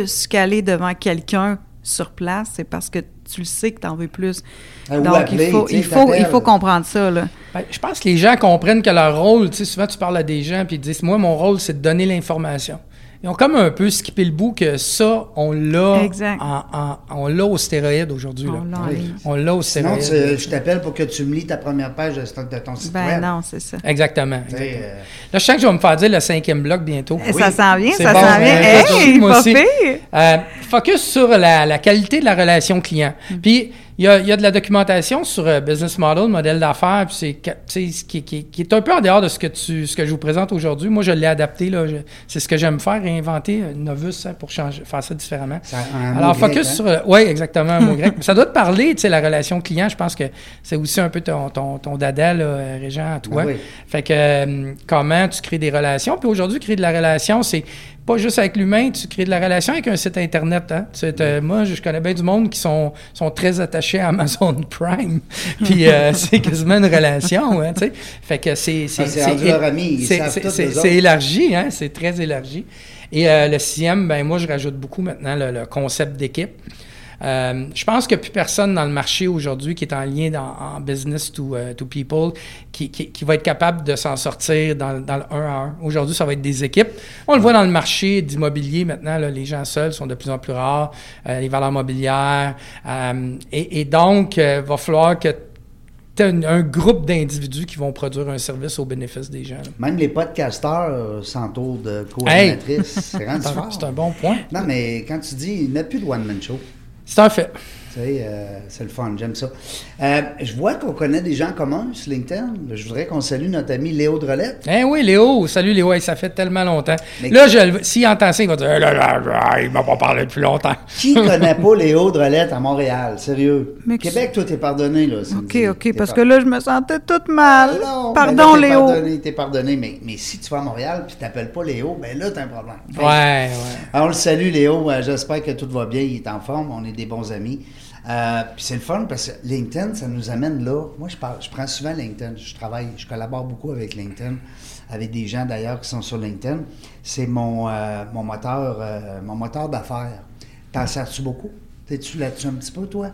jusqu'à aller devant quelqu'un sur place, c'est parce que tu le sais que tu en veux plus. Ah, ou Donc, appeler, il, faut, tu sais, il, faut, il t'appelles. faut comprendre ça. Là. Ben, je pense que les gens comprennent que leur rôle, tu sais, souvent, tu parles à des gens, puis ils disent, moi, mon rôle, c'est de donner l'information. Ils ont comme un peu skippé le bout que ça, on l'a Exact. en- en- on l'a au stéroïde aujourd'hui, là. On l'a en Oui. ligne. On l'a au Sinon, stéroïde. tu- je t'appelle pour que tu me lis ta première page de ton, de ton site Ben web. non, c'est ça. Exactement. Tu sais, euh, Là, je sens que je vais me faire dire le cinquième bloc bientôt. Eh Et Ça s'en vient, C'est ça bon, hein. s'en vient. euh, Hey, moi pas aussi. pire! Euh, focus sur la, la qualité de la relation client. Puis, il y a, il y a de la documentation sur euh, business model, modèle d'affaires, puis c'est que- tu sais, ce qui, qui- qui est un peu en dehors de ce que, tu, ce que je vous présente aujourd'hui. Moi, je l'ai adapté. là. Je- C'est ce que j'aime faire, réinventer euh, Novus hein, pour changer, faire ça différemment. Ça a un mot Alors, grec, focus hein? sur. Oui, exactement, un mot grec. Ça doit te parler, tu sais, la relation client. Je pense que c'est aussi un peu ton, ton, ton dada, là, euh, Régent, à toi. Ben oui. Fait que euh, comment tu crées des relations. Puis aujourd'hui, créer de la relation, c'est pas juste avec l'humain, tu crées de la relation avec un site Internet. Hein? Tu sais, t'as- moi, je je connais bien du monde qui sont, sont très attachés à Amazon Prime. Puis euh, c'est quasiment une relation. Hein, tu sais. fait que c'est. Ah, c'est rendu leur ami, ils c'est- savent c'est- tout c'est- d'eux autres. c'est élargi, hein? c'est très élargi. Et euh, le sixième, ben moi, je rajoute beaucoup maintenant le, le concept d'équipe. Euh, je pense que plus personne dans le marché aujourd'hui qui est en lien dans- en business to, euh, to people qui, qui- qui va être capable de s'en sortir dans, dans le 1 à 1. Aujourd'hui, ça va être des équipes. On le voit dans le marché d'immobilier maintenant, là, les gens seuls sont de plus en plus rares, euh, les valeurs mobilières. euh, et, et donc, il va falloir que tu aies un, un groupe d'individus qui vont produire un service au bénéfice des gens. là. Même les podcasteurs euh, s'entourent de co-animatrices. Ah, C'est rendu C'est un- fort. C'est un bon point. Non, mais quand tu dis, il n'y a plus de one-man show. C'est un fait. Tu sais, euh, c'est le fun, j'aime ça. Euh, je vois qu'on connaît des gens communs sur LinkedIn. Je voudrais qu'on salue notre ami Léo Drolette. Eh oui, Léo, salut Léo, Hey, ça fait tellement longtemps. Mais- là, je, le- s'il entend ça, il va dire Eh là, là, là, il m'a pas parlé depuis longtemps. Qui connaît pas Léo Drolette à Montréal? Sérieux. Mais que- Québec, toi, t'es pardonné, là. OK, OK, parce que là, je me sentais toute mal. Non, Pardon, ben là, t'es Léo. Pardonné, t'es pardonné, mais, mais si tu vas à Montréal puis t'appelles pas Léo, ben là, t'as un problème. Ouais, ouais. Alors, Ah, on le salue, Léo. Euh, J'espère que tout va bien. Il est en forme. On est des bons amis. Euh, Puis c'est le fun parce que LinkedIn, ça nous amène là. Moi, je, parle, je prends souvent LinkedIn. Je travaille, je collabore beaucoup avec LinkedIn, avec des gens d'ailleurs qui sont sur LinkedIn. C'est mon, euh, mon moteur, euh, mon moteur d'affaires. T'en sers-tu beaucoup? T'es-tu là-dessus un petit peu, toi?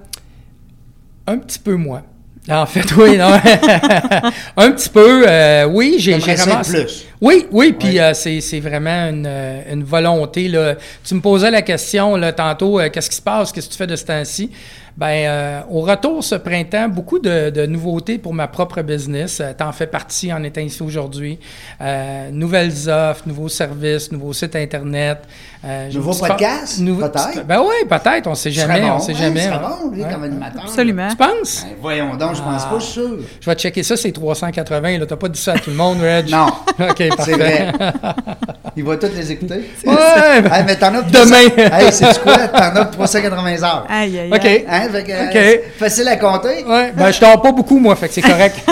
Un petit peu moins. Ah, En fait, oui, non. un petit peu, euh, oui, j'ai T'aimerais j'ai ça ramassé- plus. Oui, oui, puis Ouais. euh, c'est c'est vraiment une, euh, une volonté. Là. Tu me posais la question là, tantôt, euh, qu'est-ce qui se passe, qu'est-ce que tu fais de ce temps-ci? Ben, euh, au retour ce printemps, beaucoup de, de nouveautés pour ma propre business. Euh, T'en fais partie en étant ici aujourd'hui. Euh, nouvelles offres, nouveaux services, nouveaux sites Internet. Euh, j'ai Nouveau une petite fa- podcast, nouveau- peut-être? Ben oui, peut-être, on sait jamais, Serait on bon, sait hein? jamais. Serait ouais. bon, lui, Ouais. Ah. comme animateur. Absolument. Tu penses? Ben, voyons donc, je pense pas, je suis sûr. Je vais checker ça, c'est 380. Là, t'as pas dit ça à tout le monde, Reg? Non. OK, C'est parfait. vrai. Il va tous les écouter. Ouais, ben, Hey, mais t'en as Demain. 300 hey, c'est quoi? T'en as 380 heures. Aïe, aïe, OK. aïe. Hein, fait que, OK. euh, c'est facile à compter. Ouais, ben, je dors pas beaucoup, moi, fait que c'est correct.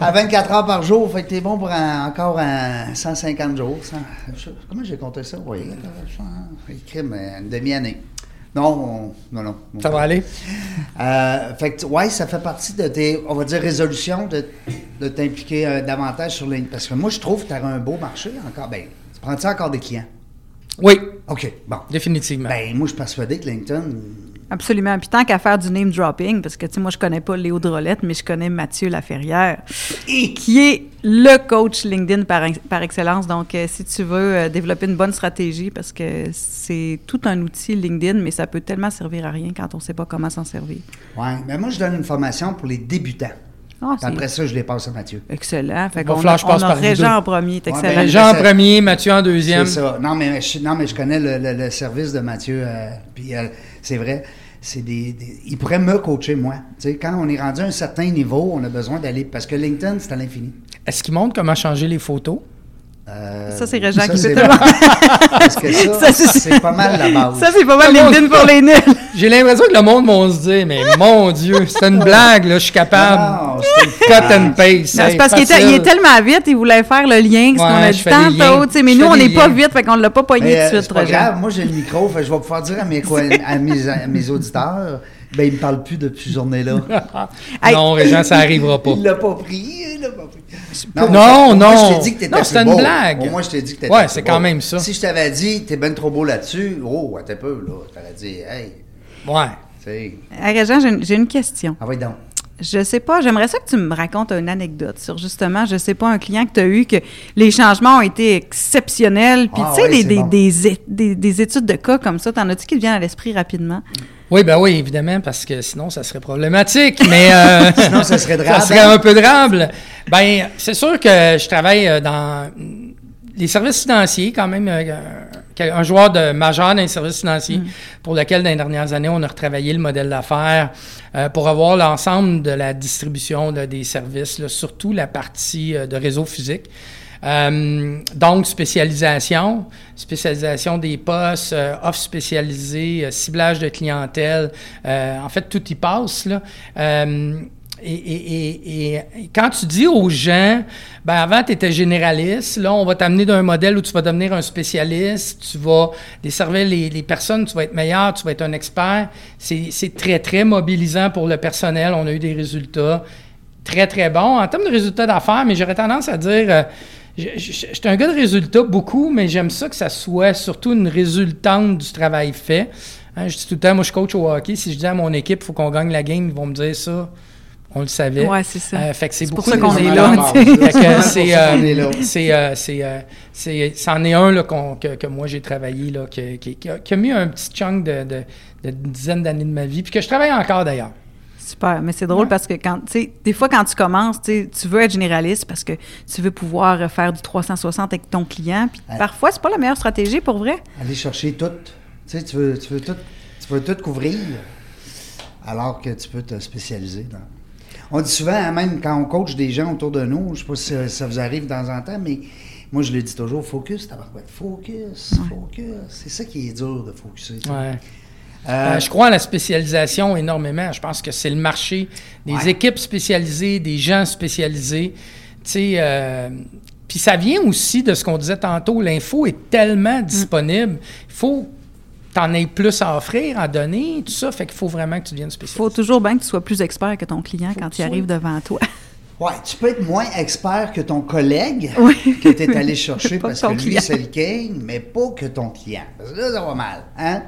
À 24 heures par jour, fait que t'es bon pour un- encore un 150 jours. 100 je- comment j'ai compté ça? Oui, crime, euh, une demi-année. Non, on- non, non. ça va aller. Euh, fait que, ouais, ça fait partie de tes, on va dire, résolutions de, de t'impliquer euh, davantage sur LinkedIn. Parce que moi, je trouve que tu un beau marché encore. Ben, tu prends-tu encore des clients? Oui, OK, bon. définitivement. Ben, moi, je suis persuadé que LinkedIn, Absolument. Puis tant qu'à faire du name dropping, parce que, tu sais, moi, je connais pas Léo Drolette, mais je connais Mathieu Laferrière, qui est le coach LinkedIn par, ex- par excellence. Donc, euh, si tu veux euh, développer une bonne stratégie, parce que c'est tout un outil LinkedIn, mais ça peut tellement servir à rien quand on sait pas comment s'en servir. Ouais, mais moi, je donne une formation pour les débutants. Ah, Puis c'est Après ça, je les passe à Mathieu. excellent. Fait Bon, qu'on Flash on passe par aurait les deux. Jean en premier. C'est Ouais, excellent. ben, Jean en c'est- premier, Mathieu en deuxième. C'est ça. Non, mais je, non, mais je connais le, le- le service de Mathieu. euh, puis euh, c'est vrai, c'est des, des- il pourrait me coacher, moi. Tu sais, quand on est rendu à un certain niveau, on a besoin d'aller. Parce que LinkedIn, c'est à l'infini. Est-ce qu'il montre comment changer les photos? Euh, Ça, c'est Régent qui c'est fait vrai. tellement. Parce que ça, Ça, c'est- c'est pas mal la base. Ça, c'est pas mal LinkedIn pour les nuls. J'ai l'impression que le monde va se dire, mais mon Dieu, c'est une blague, là, je suis capable. Non, c'est une Cut and paste. Non, hey, c'est parce qu'il était- facile. il est tellement vite, il voulait faire le lien, ce qu'on Ouais, a je dit fais des liens. tantôt, tu sais, mais Je nous, fais on des n'est pas liens. vite, fait qu'on l'a pas Mais, pogné euh, tout de c'est suite, pas Roger. grave, moi j'ai le micro, fait, que je vais pouvoir dire à mes, co- à mes, à mes auditeurs, ben ils me parlent plus depuis cette journée-là. Hey. Non, Régent, ça arrivera pas. Il l'a pas pris, il l'a pas pris. Non, au moins, non. je t'ai dit que t'étais Non, plus c'était une beau. blague. Au moins, je t'ai dit que t'étais Ouais, plus c'est beau. quand même ça. Si je t'avais dit, t'es ben trop beau là-dessus, oh, attends un peu, là. T'aurais dit, hey, Ouais. tu sais, Hey, Régent, j'ai une- j'ai une question. ah, ouais, donc. Je sais pas, j'aimerais ça que tu me racontes une anecdote sur justement, je sais pas, un client que tu as eu, que les changements ont été exceptionnels. Puis, Ah tu ouais, sais, des, c'est des, bon. des é- des- des études de cas comme ça, t'en as-tu qui te viennent à l'esprit rapidement? Oui, ben oui, évidemment, parce que sinon, ça serait problématique, mais... euh, Sinon, ça serait drable, ça serait hein? un peu drable. Ben, c'est sûr que je travaille euh, dans les services financiers, quand même, euh, quel- un joueur de majeur dans les services financiers, pour lequel, dans les dernières années, on a retravaillé le modèle d'affaires euh, pour avoir l'ensemble de la distribution là, des services, là, surtout la partie euh, de réseau physique. Euh, donc, spécialisation, spécialisation des postes, euh, offres spécialisées, euh, ciblage de clientèle. euh, en fait, tout y passe. Là. Euh, et, et- et- et- et quand tu dis aux gens, ben avant, tu étais généraliste, là, on va t'amener d'un modèle où tu vas devenir un spécialiste, tu vas desservir les, les personnes, tu vas être meilleur, tu vas être un expert. C'est c'est très, très mobilisant pour le personnel. On a eu des résultats très, très bon en termes de résultats d'affaires, mais j'aurais tendance à dire, euh, je je- je- j'étais un gars de résultats beaucoup, mais j'aime ça que ça soit surtout une résultante du travail fait. Hein, je dis tout le temps, moi je coach au hockey, si je dis à mon équipe, il faut qu'on gagne la game, ils vont me dire ça. On le savait. Ouais, c'est ça. Euh, fait que c'est pour beaucoup ça de qu'on est résultats. là, tu sais. Fait que C'est c'est, pour ça qu'on euh, est là. c'est, euh, c'est, euh, c'est- c'en est un là, qu'on- que, que moi j'ai travaillé, là, que- qui, qui a, qui a mis un petit chunk de, de, de dizaines d'années de ma vie, puis que je travaille encore d'ailleurs. Super, mais c'est drôle parce que quand, tu sais, des fois quand tu commences, tu sais, tu veux être généraliste parce que tu veux pouvoir euh, faire du 360 avec ton client. Puis Ouais. parfois, c'est pas la meilleure stratégie pour vrai. Aller chercher tout. Tu sais, tu veux, tu veux tout. Tu veux tout couvrir. alors que tu peux te spécialiser dans. On dit souvent, hein, même quand on coach des gens autour de nous, je sais pas si ça- ça vous arrive de temps en temps, mais moi je le dis toujours, focus, tabarouette, focus, focus. C'est ça qui est dur de focuser. tu sais. Ouais. Euh, Ben, Euh, je crois à la spécialisation énormément. Je pense que c'est le marché des Ouais. équipes spécialisées, des gens spécialisés. Tu sais, euh, puis ça vient aussi de ce qu'on disait tantôt. L'info est tellement disponible. Il faut t'en aies plus à offrir, à donner, tout ça. Fait qu'il faut vraiment que tu deviennes spécialiste. faut toujours bien que tu sois plus expert que ton client quand que il tu arrive sois- devant toi. Ouais, tu peux être moins expert que ton collègue Oui. que tu es allé chercher Pas parce que ton lui, client. c'est le king, mais pas que ton client. Parce que là, ça va mal. Hein?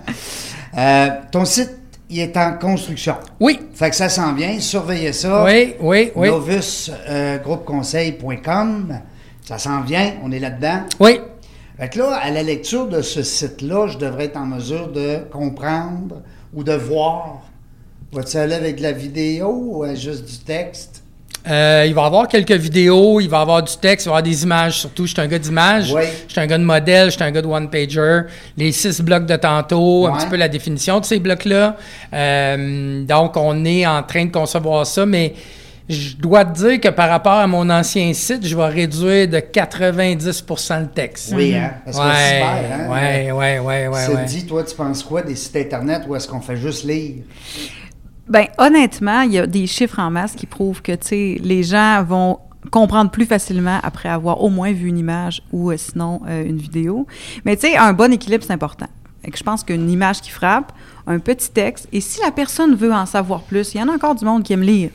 Euh, ton site, il est en construction. Oui, Fait que ça s'en vient. Surveillez ça. euh, oui, oui, oui. novusgroupeconseil.com. Ça s'en vient. On est là-dedans. Oui, Fait que là, à la lecture de ce site-là, je devrais être en mesure de comprendre ou de voir. Va-tu aller avec de la vidéo ou euh, juste du texte? Euh, il va y avoir quelques vidéos, il va y avoir du texte, il va y avoir des images surtout. Je suis un gars d'images, Oui. je suis un gars de modèle, je suis un gars de one-pager. Les six blocs de tantôt, un Ouais. petit peu la définition de ces blocs-là. Euh, donc, on est en train de concevoir ça, mais je dois te dire que par rapport à mon ancien site, je vais réduire de 90 le texte. Oui, hein? Parce que c'est Mhm. ouais, super, hein? ouais, ouais, ouais, ouais, Ça te ouais. dit, toi, tu penses quoi des sites Internet ou est-ce qu'on fait juste lire? Ben honnêtement, il y a des chiffres en masse qui prouvent que tu sais, les gens vont comprendre plus facilement après avoir au moins vu une image ou euh, sinon euh, une vidéo. Mais tu sais, un bon équilibre, c'est important. Fait que je pense qu'une image qui frappe, un petit texte, et si la personne veut en savoir plus, il y en a encore du monde qui aime lire.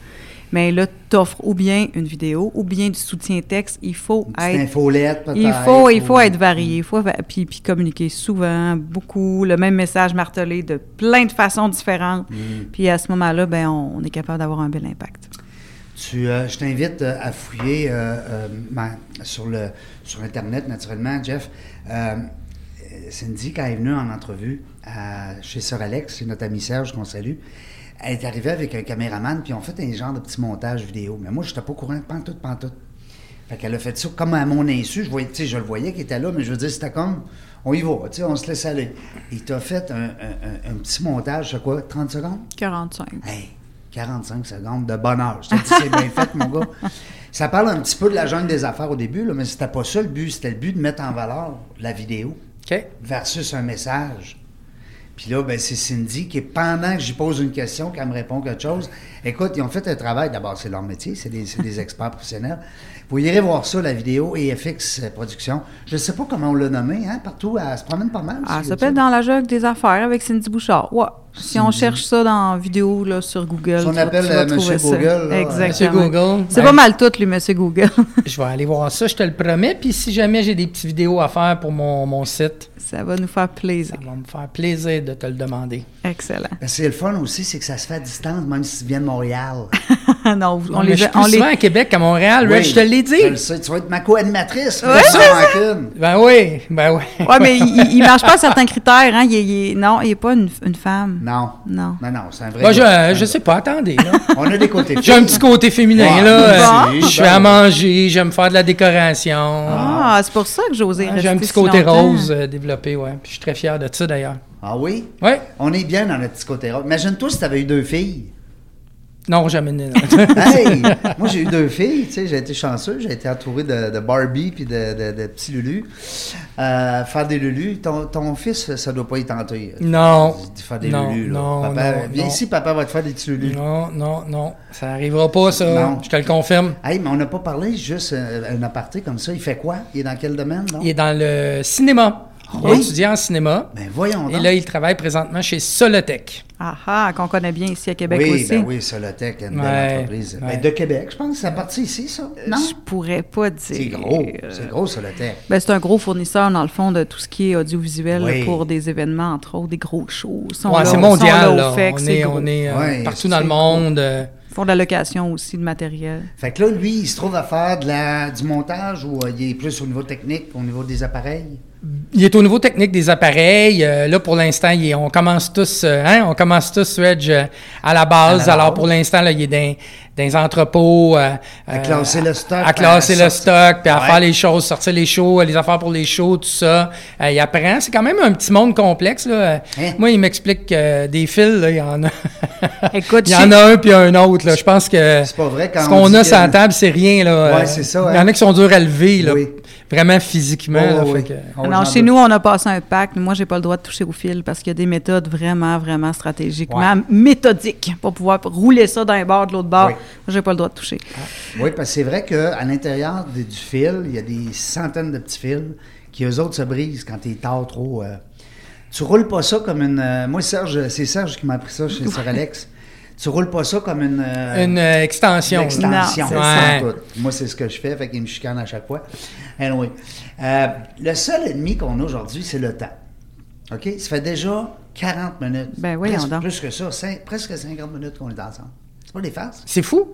Mais là, t'offres ou bien une vidéo ou bien du soutien texte. Il faut Une petite être infolette, peut-être? il faut, il ou- faut être varié, il faut va- puis, puis communiquer souvent, beaucoup, le même message martelé de plein de façons Mm. différentes. Puis à ce moment-là, ben, on, on est capable d'avoir un bel impact. Tu, euh, je t'invite euh, à fouiller euh, euh, ma- sur, le, sur Internet, naturellement, Jeff. Euh, Cindy, quand elle est venue en entrevue à- chez Sir Alex, c'est notre ami Serge qu'on salue, elle est arrivée avec un caméraman, puis on fait un genre de petit montage vidéo. Mais moi, je n'étais pas au courant, pantoute, pantoute. Fait qu'elle a fait ça comme à mon insu. Je, voyais, tu sais, je le voyais qu'il était là, mais je veux dire, c'était comme, on y va, tu sais, on se laisse aller. Il t'a fait un, un- un- un petit montage, c'est quoi, 30 secondes? 45. Hey, 45 secondes de bonheur. Je te dis, c'est bien fait, mon gars. Ça parle un petit peu de la jungle des affaires au début, là, mais c'était pas ça le but. C'était le but de mettre en valeur la vidéo OK. versus un message. Puis là, ben, c'est Cindy qui, pendant que j'y pose une question, qu'elle me répond quelque chose. Écoute, ils ont fait un travail. D'abord, c'est leur métier, c'est des, c'est des experts professionnels. Vous irez voir ça, la vidéo E EFX Production. euh, Je sais pas comment on l'a nommée, hein, partout. Elle se promène pas mal. Ah, sur ça s'appelle YouTube. Dans la jungle des affaires avec Cindy Bouchard. Ouais. Si on cherche ça dans vidéo là, sur Google, Si on tu vas- appelle, tu vas euh, Monsieur trouver ça. Google, là, Ben, euh, Exactement. Monsieur Google. C'est Ouais. pas mal tout, lui, Monsieur Google. Je vais aller voir ça, je te le promets. Puis si jamais j'ai des petites vidéos à faire pour mon, mon site, ça va nous faire plaisir. ça va me faire plaisir de te le demander. Excellent. Ben, c'est le fun aussi, c'est que ça se fait à distance, même si tu viens de Montréal. non, on Mais les je suis on plus les- souvent à Québec qu'à Montréal, Reg, je te l'ai dit. Je le sais, tu vas être ma co-animatrice. Ouais, pour c'est ça, rancune. Ben oui, ben oui. Ouais, mais il, il marche pas à certains critères. Hein. Il, est- il est- non, il n'est pas une, une femme. Non. Non. Non, non, c'est un vrai. Ben, je, gars. euh, je sais pas, attendez. là. On a des côtés. J'ai un petit côté féminin, Ouais, là. ben, Euh, si, je suis ben. à manger, j'aime faire de la décoration. Ah, c'est pour ça que José est Ouais, J'ai un resté si petit côté longtemps. rose euh, développé, ouais. Puis je suis très fier de ça, d'ailleurs. Ah oui? Ouais. On est bien dans notre petit côté. rose. Imagine-toi si t'avais eu deux filles. Non, jamais. né, non. Hey! moi, j'ai eu deux filles, tu sais, j'ai été chanceux, j'ai été entouré de, de Barbie puis de, de, de petits Lulu. Euh, faire des Lulu, ton, ton fils, ça doit pas y tenter. Non. Je dis Faire des Non, Lulu, là. non, Papa, non, viens non. ici, papa va te faire des petits Lulu. non, non, non. Ça arrivera pas, ça. Non. Je te le confirme. Hey, mais on n'a pas parlé, juste euh, un aparté comme ça. Il fait quoi? Il est dans quel domaine, non? Il est dans le cinéma. Il est Oui. étudiant en cinéma. Ben voyons Et donc. là, il travaille présentement chez Solotech. Ah ah, qu'on connaît bien ici à Québec oui, aussi. ben oui, Solotech, une belle Ouais, entreprise. Ben, ouais. Euh, de Québec, je pense que ça parti ici, ça. Non? Je pourrais pas dire. C'est gros. C'est gros, Solotech. Ben, c'est un gros fournisseur, dans le fond, de tout ce qui est audiovisuel Oui. là, pour des événements, entre autres, des gros shows. Ils sont Ouais, là- c'est ils mondial. sont là. là au FEC, On c'est est, gros. on est, euh, Ouais, partout dans c'est le monde. euh, Ils font de la location aussi de matériel. Fait que là, lui, il se trouve à faire de la, du montage ou euh, il est plus au niveau technique, au niveau des appareils? Il est au niveau technique des appareils. Euh, là, pour l'instant, il est- on commence tous, euh, hein, on commence tous Edge euh, à la base. À la Alors base. pour l'instant, là, il est dans, dans les entrepôts. euh, À classer le stock, À classer à le sortir- stock, puis à Ouais. faire les choses, sortir les shows, euh, les affaires pour les shows, tout ça. Euh, il apprend. C'est quand même un petit monde complexe. Là. Euh, Hein? Moi, il m'explique euh, des fils. Là, il y en a. Écoute, il y je- en a un puis un autre. Là. Je pense que C'est pas vrai quand ce on qu'on dit a que- sur la table, c'est rien. Là. Ouais, Euh, c'est ça, Il y en hein. a qui sont durs à lever, là, Oui. vraiment physiquement. Oh, là, oui. fait que- Oh, non, j'en chez doute. nous, on a passé un pacte. Moi, j'ai pas le droit de toucher au fil parce qu'il y a des méthodes vraiment, vraiment stratégiquement méthodiques pour pouvoir rouler ça d'un bord de l'autre bord. Oui. Moi, j'ai pas le droit de toucher. Oui, parce que c'est vrai qu'à l'intérieur des- du fil, il y a des centaines de petits fils qui, eux autres, se brisent quand t'es tard trop. euh. Tu roules pas ça comme une. euh, Moi, Serge, c'est Serge qui m'a appris ça chez Sir Alex. Tu roules pas ça comme une. euh, Une euh, extension. là. L'extension, Non, c'est sans ça. doute. Moi, c'est ce que je fais, fait qu'il me chicane à chaque fois. Anyway, euh, le seul ennemi qu'on a aujourd'hui, c'est le temps. OK? Ça fait déjà 40 minutes. Ben, voyons Presque- donc. Plus que ça, cinq- presque 50 minutes qu'on est ensemble. C'est pas des farces. C'est fou.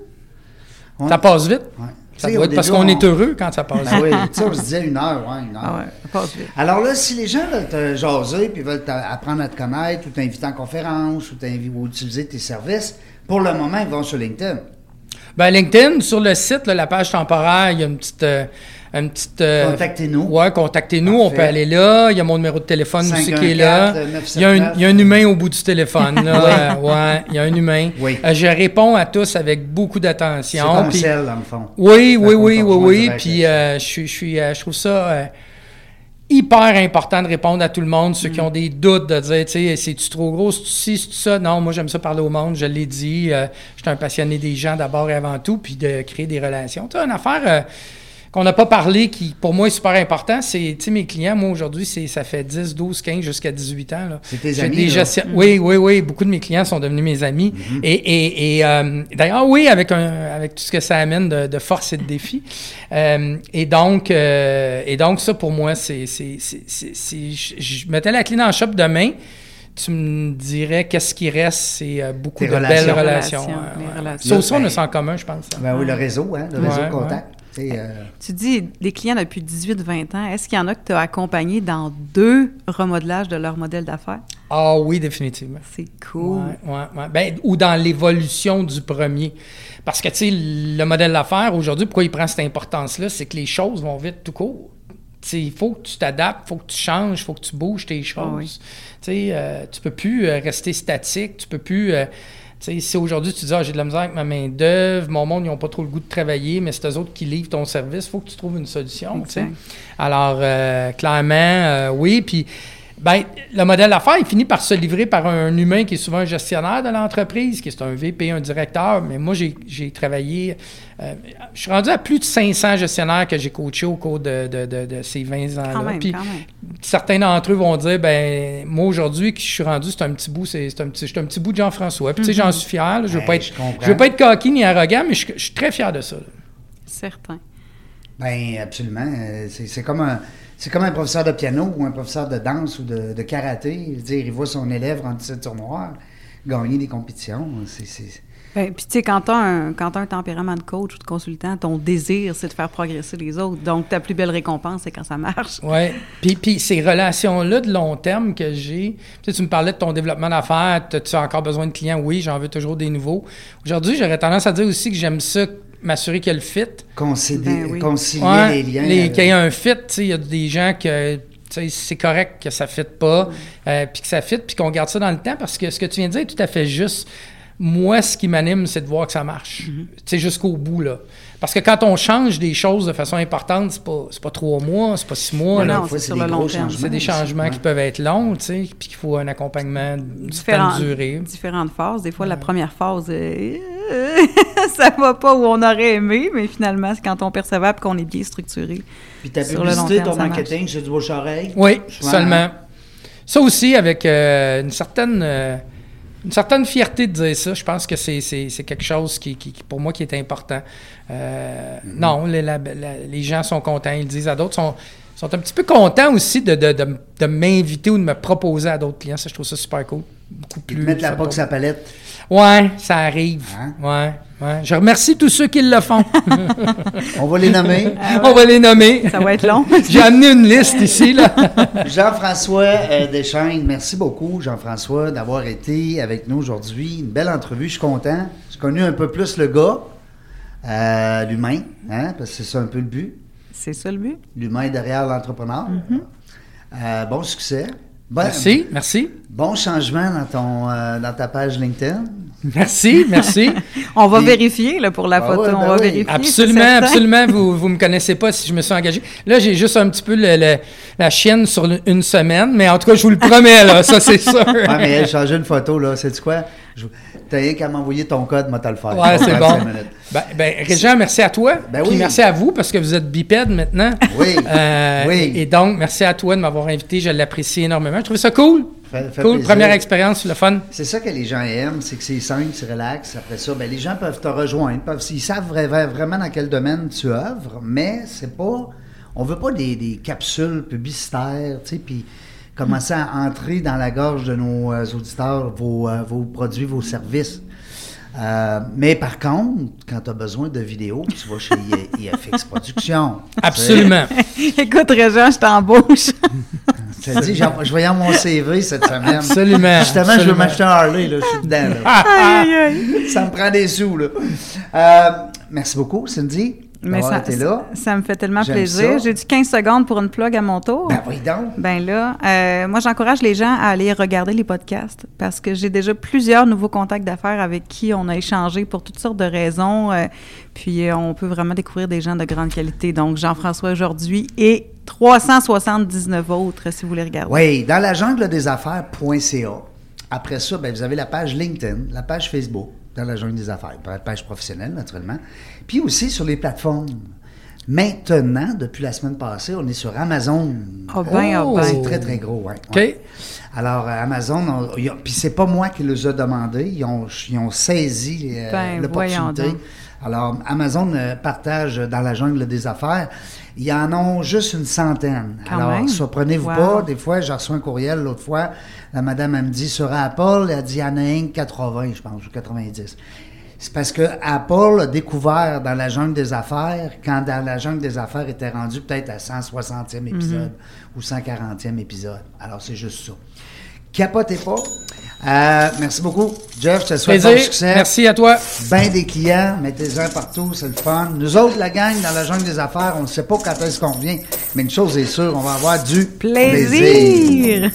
On- Ça passe vite. Ouais. Ça Tu sais, doit au être parce début, qu'on on- est heureux quand ça passe. Ben oui, tu sais, on se disait une heure, ouais, une heure. Ah ouais, ça passe vite. Alors là, si les gens veulent te jaser puis veulent t'a- apprendre à te connaître ou t'inviter en conférence ou, t'invi- ou utiliser tes services, pour le moment, ils vont sur LinkedIn. Ben, LinkedIn, sur le site, là, la page temporaire, il y a une petite. euh, une petite euh, Contactez-nous. Ouais, contactez-nous. On Parfait. peut aller là. Il y a mon numéro de téléphone aussi qui est là. 514-979. Il y, a un, il y a un humain au bout du téléphone. Là. Euh, ouais, il y a un humain. Oui. Euh, je réponds à tous avec beaucoup C'est d'attention. ton puis- sel, dans le fond. Oui, Parce oui, qu'on oui, oui, t'en rejoint oui. direct, Puis hein. euh, je, suis- je, suis, euh, je trouve ça euh, hyper important de répondre à tout le monde, ceux qui Mm. ont des doutes, de dire, tu sais, c'est-tu trop gros, c'est-tu ci, c'est-tu ça? Non, moi, j'aime ça parler au monde, je l'ai dit. euh, je suis un passionné des gens d'abord et avant tout, puis de créer des relations. Tu sais, une affaire euh, qu'on n'a pas parlé, qui pour moi est super important, c'est, tu sais, mes clients, moi, aujourd'hui, c'est ça fait 10, 12, 15, jusqu'à 18 ans. là. C'est tes J'ai amis, des là. gestion- Tiens, Oui, oui, oui. Beaucoup de mes clients sont devenus mes amis. Mm-hmm. Et, et- et, euh, d'ailleurs, oui, avec, un- avec tout ce que ça amène de, de force et de défi. Euh, et, donc, euh, et donc, ça, pour moi, c'est. c'est- c'est- c'est- c'est- Je je mettais la clé dans le shop demain. Tu me dirais qu'est-ce qui reste? C'est euh, beaucoup Tes de relations. belles relations. Relations, euh, les ouais. relations. Ça aussi, on Ben, a ça en commun, je pense. Ben oui, le réseau, hein, le Ouais, réseau ouais. contact. tu sais, euh, Tu dis les clients depuis 18-20 ans, est-ce qu'il y en a que tu as accompagné dans deux remodelages de leur modèle d'affaires? Ah oui, définitivement. C'est cool. Ouais, ouais, ouais. Ben, ou dans l'évolution du premier. Parce que, tu sais, le modèle d'affaires, aujourd'hui, pourquoi il prend cette importance-là, c'est que les choses vont vite tout court. Tu sais, il faut que tu t'adaptes, il faut que tu changes, il faut que tu bouges tes choses. Ah oui. Tu sais, euh, tu peux plus euh, rester statique, tu peux plus... euh, tu sais, si aujourd'hui tu dis ah, j'ai de la misère avec ma main d'œuvre, mon monde ils n'ont pas trop le goût de travailler, mais c'est eux autres qui livrent ton service, faut que tu trouves une solution. tu sais. Exact. Alors euh, clairement euh, oui, puis ben, le modèle d'affaires, il finit par se livrer par un humain qui est souvent un gestionnaire de l'entreprise, qui est un VP, un directeur. Mais moi, j'ai j'ai travaillé, euh, je suis rendu à plus de 500 gestionnaires que j'ai coachés au cours de, de- de- de ces 20 ans-là. Quand même, Puis, quand même. certains d'entre eux vont dire ben moi aujourd'hui que je suis rendu c'est un petit bout c'est c'est un petit je suis un petit bout de Jean-François puis tu sais j'en suis fier là, je veux Ben, pas être je comprends. je veux pas être coquille ni arrogant mais je, je suis très fier de ça là. Certain. ben absolument. euh, C'est c'est comme un. C'est comme un professeur de piano ou un professeur de danse ou de, de karaté. Je veux dire, il voit son élève en de tournoi gagner des compétitions. C'est- c'est- Ben, puis tu sais, quand tu as, un tempérament de coach ou de consultant, ton désir, c'est de faire progresser les autres. Donc, ta plus belle récompense, c'est quand ça marche. Oui. Puis, puis ces relations-là de long terme que j'ai, tu, sais, tu me parlais de ton développement d'affaires, tu as encore besoin de clients, oui, j'en veux toujours des nouveaux. Aujourd'hui, j'aurais tendance à dire aussi que j'aime ça, m'assurer qu'il y a le fit. concéder- Ben oui. concilier les Ouais, liens. euh, les- avec- Qu'il y ait un fit, tu sais, il y a des gens que tu sais, c'est correct que ça ne fit Mm. pas, euh, puis que ça fit, puis qu'on garde ça dans le temps, parce que ce que tu viens de dire est tout à fait juste. Moi, ce qui m'anime, c'est de voir que ça marche. Mm-hmm. Tu sais, jusqu'au bout, là. Parce que quand on change des choses de façon importante, c'est pas, c'est pas trois mois, c'est pas six mois. Non, non, là. ben, Des fois, c'est sur le des long gros terme. changements C'est des aussi. changements Ouais. qui peuvent être longs, tu sais, puis qu'il faut un accompagnement d'une certaine Différentes, durée. différentes phases. Des fois, la première phase, euh, ça va pas où on aurait aimé, mais finalement, c'est quand on persévère et qu'on est bien structuré. Puis ta Sur le long publicité, terme, ton ça marche. marketing, c'est du bouche-oreille. Oui, Souvent, seulement. hein. Ça aussi, avec euh, une certaine. euh, une certaine fierté de dire ça, je pense que c'est, c'est- c'est quelque chose qui, qui- qui, pour moi qui est important. Euh, Non, les, la- la- les gens sont contents, ils le disent à d'autres. sont- sont un petit peu contents aussi de, de, de, de m'inviter ou de me proposer à d'autres clients. Ça, je trouve ça super cool. Beaucoup Puis plus. de mettre la ça poque va. sa palette. Ouais, ça arrive. Hein? Ouais, ouais. Je remercie tous ceux qui le font. On va les nommer. On va les nommer. Ça va être long. J'ai amené une liste ici, là. Jean-François euh, Deschaines, merci beaucoup, Jean-François, d'avoir été avec nous aujourd'hui. Une belle entrevue, je suis content. J'ai connu un peu plus le gars, euh, l'humain, hein, parce que c'est ça un peu le but. C'est ça le but. L'humain derrière l'entrepreneur. Euh, bon succès. Bon- Merci, merci. Bon changement dans, ton, euh, dans ta page LinkedIn. Merci, merci. On va Et- vérifier là, pour la Ah photo. ouais, ben on va oui. vérifier. c'est Absolument, certain. absolument. Vous vous me connaissez pas si je me suis engagé. Là, j'ai juste un petit peu le- le- la chienne sur le- une semaine, mais en tout cas, je vous le promets, là, ça c'est sûr. Ouais, mais elle, changer une photo, là, c'est quoi? Je- T'as rien qu'à m'envoyer ton code, moi, t'as le faire. Ouais, c'est Dans bon. cinq minutes. Ben, ben, Régent, merci à toi. Ben Puis oui. merci à vous parce que vous êtes bipède maintenant. Oui, Euh, oui. Et donc, merci à toi de m'avoir invité. Je l'apprécie énormément. Je trouvais ça cool. Fait- fait cool. plaisir. Première expérience, le fun. C'est ça que les gens aiment, c'est que c'est simple, c'est relax. Après ça, ben, les gens peuvent te rejoindre. Peuvent, ils savent vra- vra- vraiment dans quel domaine tu œuvres, mais c'est pas. On veut pas des, des capsules publicitaires, tu sais, puis commencer à entrer dans la gorge de nos euh, auditeurs vos, euh, vos produits, vos services. Euh, mais par contre, quand tu as besoin de vidéos, tu vas chez I- IFX Productions. Absolument. Écoute, Régent, je t'embauche. Tu sais, Je te dis, j'en- je voyais mon CV cette semaine. Absolument, Justement, je veux absolument. m'acheter un Harley, là, je suis dedans. là. aïe, aïe, aïe. ça me prend des sous, là. Euh, merci beaucoup, Cindy. Mais d'avoir ça, été là. ça- ça me fait tellement J'aime plaisir. ça. J'ai dit 15 secondes pour une plug à mon tour. Ben oui, donc. Ben là, euh, moi, j'encourage les gens à aller regarder les podcasts parce que j'ai déjà plusieurs nouveaux contacts d'affaires avec qui on a échangé pour toutes sortes de raisons. euh, puis euh, on peut vraiment découvrir des gens de grande qualité. Donc, Jean-François aujourd'hui et 379 autres, si vous voulez regarder. Oui, dans la jungle des affaires.ca. Après ça, ben, vous avez la page LinkedIn, la page Facebook, dans la jungle des affaires, la page professionnelle, naturellement. Puis aussi sur les plateformes. Maintenant, depuis la semaine passée, on est sur Amazon. Ah ben, ah Oh, ben. C'est très, très gros, ouais. OK. ouais. Alors, euh, Amazon, on- ils ont- puis c'est pas moi qui les a demandé, ils ont, ils ont saisi euh, Ben, voyons l'opportunité. donc. Alors, Amazon euh, partage dans la jungle des affaires. Ils en ont juste une centaine. Quand Alors, même. surprenez-vous Wow. pas, des fois, j'ai reçu un courriel l'autre fois, la madame, elle me dit sur Apple, elle dit, il y en a un 80, je pense, ou 90. C'est parce que Apple a découvert dans la jungle des affaires, quand dans la jungle des affaires était rendu peut-être à Mhm. 160e épisode ou 140e épisode. Alors, c'est juste ça. Capotez pas. Euh, merci beaucoup. Jeff, je te souhaite bon Plaisir. succès. Merci à toi. Ben des clients, mettez-en partout, c'est le fun. Nous autres, la gang, dans la jungle des affaires, on ne sait pas quand est-ce qu'on vient, mais une chose est sûre, on va avoir du Plaisir.